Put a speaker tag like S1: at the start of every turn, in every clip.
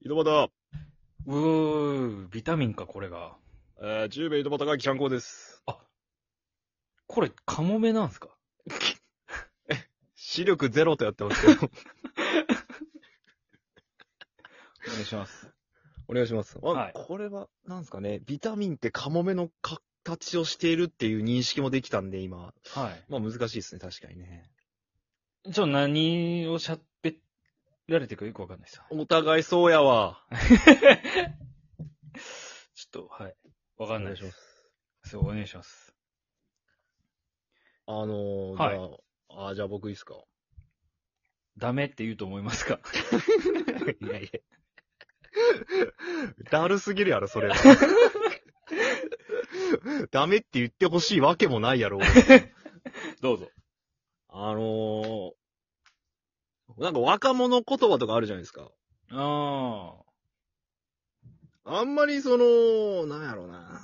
S1: 井戸端、
S2: うー、ビタミンか、これが。
S1: えー、中米井戸端が機関校です。
S2: これ、カモメなんすか
S1: 視力ゼロとやってますけど。
S2: お願いします。
S1: お願いします。あ
S2: はい
S1: これは、なんですかね、ビタミンってカモメの形をしているっていう認識もできたんで、今。
S2: は
S1: まあ難しいですね、確かにね。
S2: い。ちょ、何をしゃべられてるかよくわかんないです。
S1: お互いそうやわ。
S2: ちょっと、はい。わかんないです。
S1: す。
S2: そう、お願いします。
S1: あのー、
S2: はい
S1: じゃあ、あーじゃあ僕いいっすか。
S2: ダメって言うと思いますか いやいや。
S1: だるすぎるやろ、それ は。ダメって言ってほしいわけもないやろ。
S2: どうぞ。
S1: あのー、なんか若者言葉とかあるじゃないですか。
S2: あ
S1: あんまりその、なんやろうな。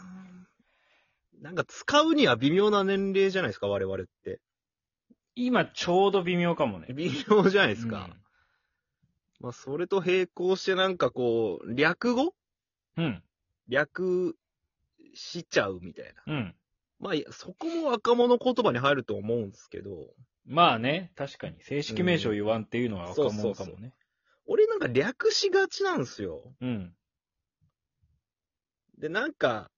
S1: なんか使うには微妙な年齢じゃないですか、我々って。
S2: 今、ちょうど微妙かもね。
S1: 微妙じゃないですか。
S2: か。
S1: まあ、それと並行してなんかこう、略語
S2: うん。
S1: 略しちゃうみたいな。
S2: うん。
S1: まあ、いやそこも若者言葉に入ると思うんですけど、
S2: まあね、確かに。正式名称言わんっていうのは若者かもね。
S1: 俺なんか略しがちなんですよ。
S2: うん。
S1: で、なんか、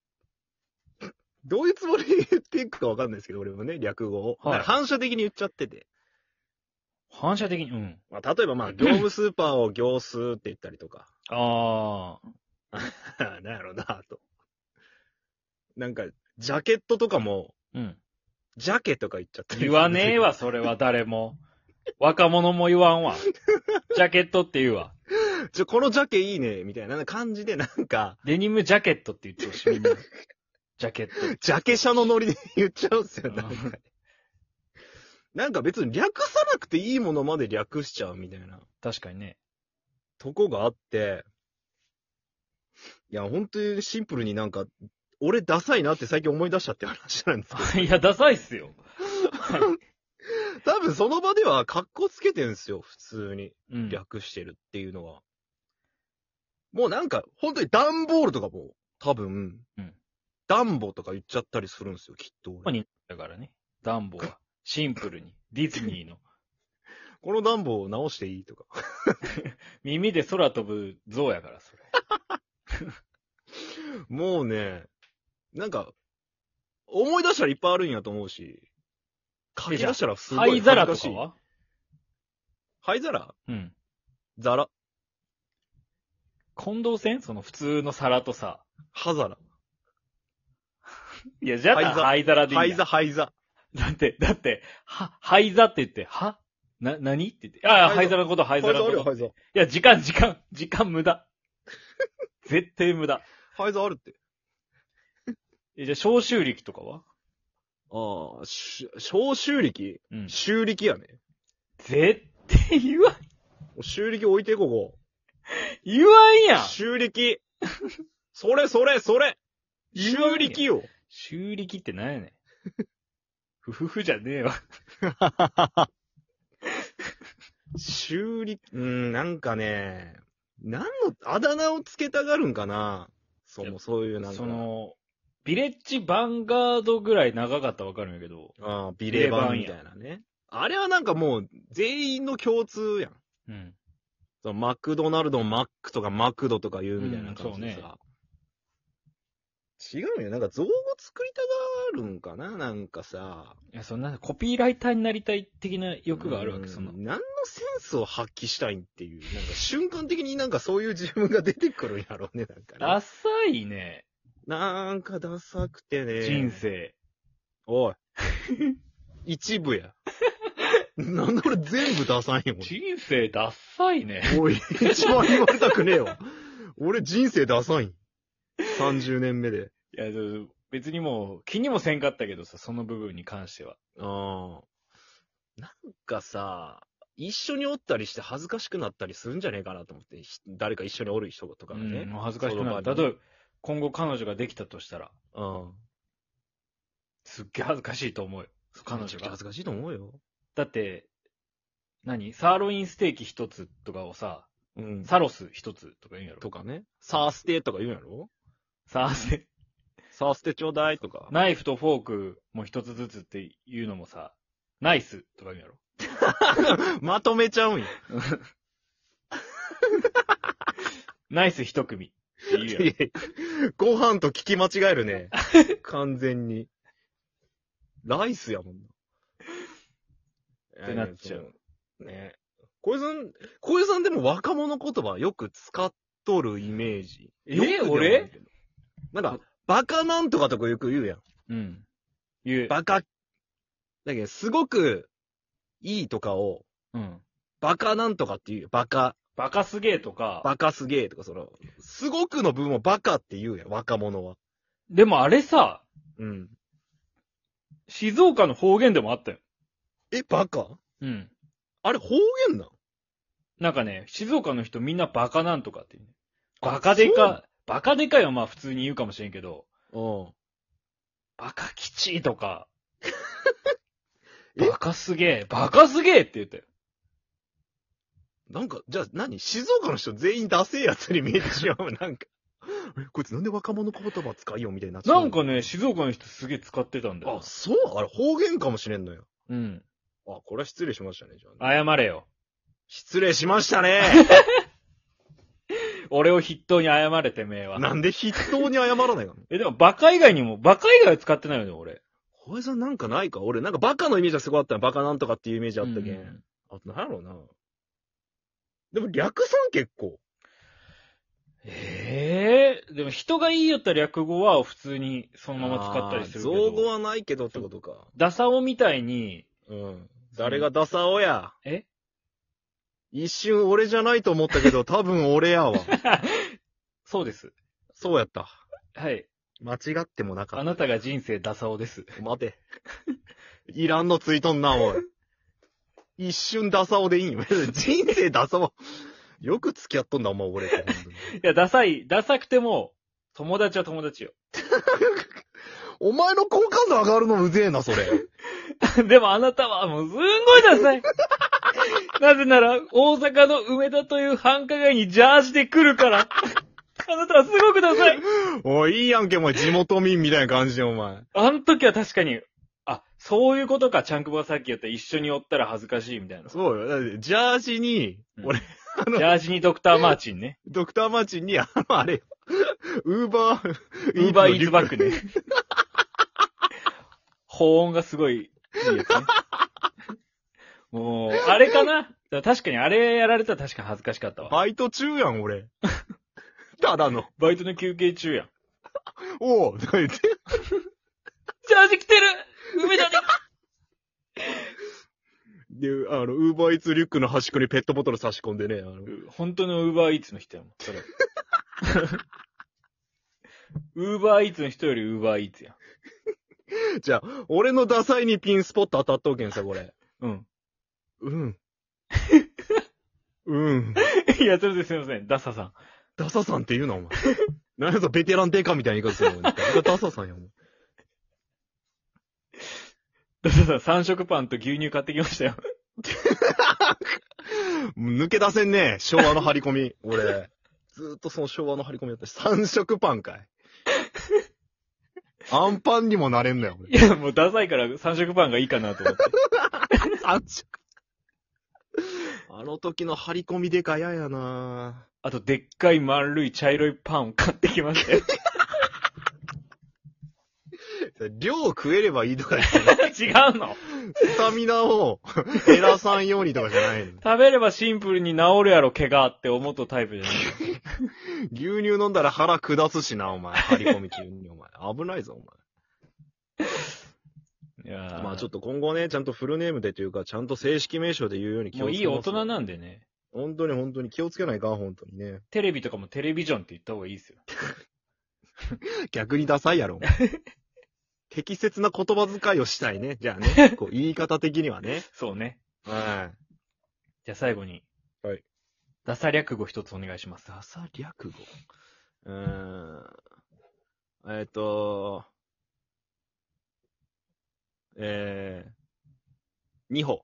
S1: どういうつもりで言っていくかわかんないですけど、俺もね、略語を。
S2: は
S1: な
S2: い
S1: んか反射的に言っちゃってて。
S2: 反射的に、うん。
S1: まあ、例えば まあ、業務スーパーを業スーって言ったりとか。
S2: ああ。
S1: なんやろうな、と。なんか、ジャケットとかも、
S2: うん。
S1: ジャケとか言っちゃったりする
S2: 言わねえわ、。それは誰も。若者も言わんわ。ジャケットって言うわ。
S1: ちょ、このジャケいいね、みたいな感じで、なんか、
S2: デニムジャケットって言ってほしい、みんな。ジャケット。
S1: ジャケ社のノリで言っちゃうんすよ、なん
S2: う
S1: か。なんか別に略さなくていいものまで略しちゃうみたいな。
S2: 確かにね。
S1: とこがあって、いや、本当にシンプルになんか、俺ダサいなって最近思い出したって話なんですけ
S2: いや、ダサいっすよ。
S1: ど、多分その場では格好つけてんすよ、普通に。
S2: うん。
S1: 略してるっていうのは。もうなんか、本当に段ボールとかも、多分、
S2: うん
S1: ダンボとか言っちゃったりするんですよ、きっと俺。
S2: だからね。ダンボは。シンプルに。ディズニーの。
S1: このダンボを直していいとか。
S2: 耳で空飛ぶ像やから、それ。
S1: もうね、なんか、思い出したらいっぱいあるんやと思うし、書き出したらすごい
S2: 灰皿と
S1: 恥ず
S2: か
S1: しい
S2: は
S1: 灰皿
S2: うん。
S1: ザラ
S2: 近藤線その普通の皿とさ。
S1: ハザラ。
S2: いや、じゃ
S1: 灰
S2: あ
S1: 皿
S2: 灰皿でいいやん
S1: 灰座、灰座。
S2: だって、だって、は、灰座って言って、はな、何って言って。ああ、
S1: 灰
S2: 灰
S1: 座
S2: 皿のこと、灰皿のこと。
S1: 灰座。
S2: いや、時間、時間、時間無 駄。絶対無駄。
S1: 灰座あるって。
S2: え、じゃあ、消臭力とかは
S1: ああ、し小修力
S2: うん。
S1: 修力やね。
S2: 絶対言わん、
S1: 修力置いてここ。
S2: 言わんやん
S1: 修力。 それそれそれ
S2: 言わんや
S1: 修
S2: ん
S1: 力よ。
S2: 修力って何やねん。 ふふふじゃねえわ。
S1: 修力。うん、なんかね、何の、あだ名をつけたがるんかなそ、
S2: いうや
S1: そういうなんか。
S2: その、ビレッジヴァンガードぐらい長かったらわかるんやけど。
S1: ああ、ビレバンみたいなね。あれはなんかもう、全員の共通やん。
S2: うん。
S1: そのマクドナルド、マックとかマクドとか言うみたいな感
S2: うん
S1: じ
S2: そう
S1: で
S2: ね
S1: さ。違うよ。なんか造語作りたがるんかななんかさ。
S2: いや、そんな、コピーライターになりたい的な欲があるわ
S1: う
S2: け、
S1: ん
S2: その。
S1: 何のセンスを発揮したいんっていう。なんか瞬間的になんかそういう自分が出てくるんやろうね。なんか
S2: ダ
S1: ね。
S2: サいね。
S1: なんかダサくてね。
S2: 人。生。
S1: おい。一部や。なんで俺全部ダサいんよ。俺
S2: 人生ダッサいね。
S1: おい、一番言われたくねえわ。俺人生ダサいん。30年目で。
S2: いや、でも別にもう、気にもせんかったけどさ、その部分に関しては。
S1: ああ。なんかさ、一緒におったりして恥ずかしくなったりするんじゃねえかなと思って、ひ誰か一緒におる人とかが
S2: うん
S1: ね。
S2: もう恥ずかしくなる。
S1: その場に
S2: 例えば、今後彼女ができたとしたら、
S1: うん。
S2: すっげえ恥ずかしいと思うよ。彼
S1: めちゃくちゃ
S2: 女が
S1: 恥。ずかしいと思うよ。
S2: だって、何サーロインステーキ一つとかをさ、
S1: うん。
S2: サロス一つとか言うんやろ。
S1: とかね。サーステとか言うんやろ
S2: サーセ、
S1: サーステちょうだいと か。
S2: ナイフとフォークも一つずつっていうのもさ、ナイスとか言うんやろ。
S1: まとめちゃうんや。
S2: ナイス一組って言うやろ。
S1: いやいやご飯と聞き間違えるね。完全に。ライスやもんな。
S2: ってなっちゃう
S1: いやいや。そのね。小江さん、小江さんでも若者言葉よく使っとるイメージ。
S2: え
S1: よくではない
S2: 俺
S1: けどなんか、バカなんとかとかよく言うやん。
S2: うん。言う。
S1: バカ。だけど、すごくいいとかを、
S2: うん。
S1: バカなんとかって言うよ。バカ。
S2: バカすげえとか、
S1: バカすげえとか、その、すごくの部分をバカって言うやん、若者は。
S2: でもあれさ、
S1: うん。
S2: 静岡の方言でもあったよ。
S1: え、バカ
S2: うん。
S1: あれ方言なん
S2: なんかね、静岡の人みんなバカなんとかって言うね。バカでか、バカでかいはまあ普通に言うかもしれんけど、
S1: うん。
S2: バカ吉とか、
S1: え
S2: バカすげえ、バカすげえって言ったよ。
S1: なんか、じゃあ何静岡の人全員ダセえやつに見えてしまう。 なんか。え、こいつなんで若者言葉使いよみたいになっちゃう
S2: なんかね、静岡の人すげえ使ってたんだ
S1: あ
S2: よ、。
S1: そうあれ方言かもしれんのよ。
S2: うん。
S1: あ、これは失礼しましたね、じゃあ、
S2: 謝れよ。
S1: 失礼しましたね
S2: 俺を筆頭に謝れてめえは。
S1: なんで筆頭に謝らないか
S2: え、でもバカ以外にも、バカ以外は使ってないよね、俺。
S1: 小江さんなんかないか俺なんかバカのイメージはすごかったの。バカなんとかっていうイメージあったけん。
S2: うん
S1: あとなんやろうな。でも略さん結構。
S2: ええでも人が言いよった略語は普通にそのまま使ったりするけ
S1: あー
S2: ど。
S1: 造語はないけどってことか。
S2: ダサオみたいに、
S1: うん。誰がダサオや。
S2: え
S1: 一瞬俺じゃないと思ったけ ど、多分俺やわ。
S2: そうです。
S1: そうやった。
S2: はい。
S1: 間違ってもなか
S2: あ
S1: っ
S2: なたが人生ダサオです。
S1: た。待て。いらんのついとんな、おい。一瞬ダサオでいいんよ。 人生ダサオ。よく付き合っとんだ、お前俺と。本当に
S2: いや、ダサい、ダサくても、友達は友達よ。
S1: お前の好感度上がるのうぜえな、それ。
S2: でもあなたはもうすんごいダサい。 なぜなら、大阪の梅田という繁華街にジャージで来るから。 あなたはすごくダサい。
S1: おい、いいやんけ、お前。地元民みたいな感じで、お前。
S2: あの時は確かに、あ、そういうことか、ちゃんくぼがさっき言った一緒におったら恥ずかしいみたいな。ジ
S1: そうよ。だってジャージに、
S2: うん
S1: 俺、
S2: ャージにドクターマーチンね。
S1: ドクターマーチンに、あの、あれ、ウーバー、
S2: ウーバーイーツバッ
S1: ク
S2: ク ね。保温がすごいいいやつね。もう、あれかなだから確かにあれやられたら確かに恥ずかしかったわ。
S1: バイト中やん、俺。 ただの。
S2: バイトの休憩中やん。
S1: おう、だって
S2: ジャージ着てる梅田で
S1: で、あの、ウーバーイーツリュックの端っこにペットボトル差し込んでね、あの、
S2: 本当のウーバーイーツの人やもん、それ。ウーバーイーツの人よりウーバーイーツやん。
S1: じゃあ、俺のダサいにピンスポット当たっとうけんさ、これ。
S2: うん。
S1: うん。うん。
S2: いや、それですいません、ダッサさん。
S1: ダサさんって言うな、お前。なんやぞ、ベテランデカみたいに言い方するの。誰がダサさんや、お前。
S2: ダッサさん、三色パンと牛乳買ってきましたよ。
S1: もう抜け出せんね、昭和の張り込み。俺。ずーっとその昭和の張り込みやったし、三色パンかい。アンパンにもなれんのよ、俺
S2: いや、もうダサいから三色パンがいいかなと思って。
S1: 三色。あの時の張り込みでかややな
S2: あと、でっかい丸い茶色いパンを買ってきま したよ。
S1: 量食えればいいとか言って、
S2: 違うの
S1: スタミナを減らさんようにとかじゃないの。
S2: 食べればシンプルに治るやろ、怪我って思ったタイプじゃない。
S1: 牛乳飲んだら腹下すしな、お前。張り込み中に、お前。危ないぞ、お前。
S2: いやー
S1: まあちょっと今後ね、ちゃんとフルネームでというか、ちゃんと正式名称で言うように気
S2: も
S1: を
S2: う
S1: つ
S2: い
S1: け
S2: い
S1: ます
S2: 大人なんでね。
S1: 本当に本当に気をつけないかん、本当にね。
S2: テレビとかもテレビジョンって言った方がいいですよ。
S1: 逆にダサいやろ。お 前適切な言葉遣いをしたいね。じゃあ ね。こう言い方的にはね。
S2: そうね。
S1: は
S2: じゃあ最後に。
S1: はい。
S2: ダサ略語一つお願いしま
S1: い。
S2: す。
S1: ダサ略語。うーん。えっ、と、えー、二歩。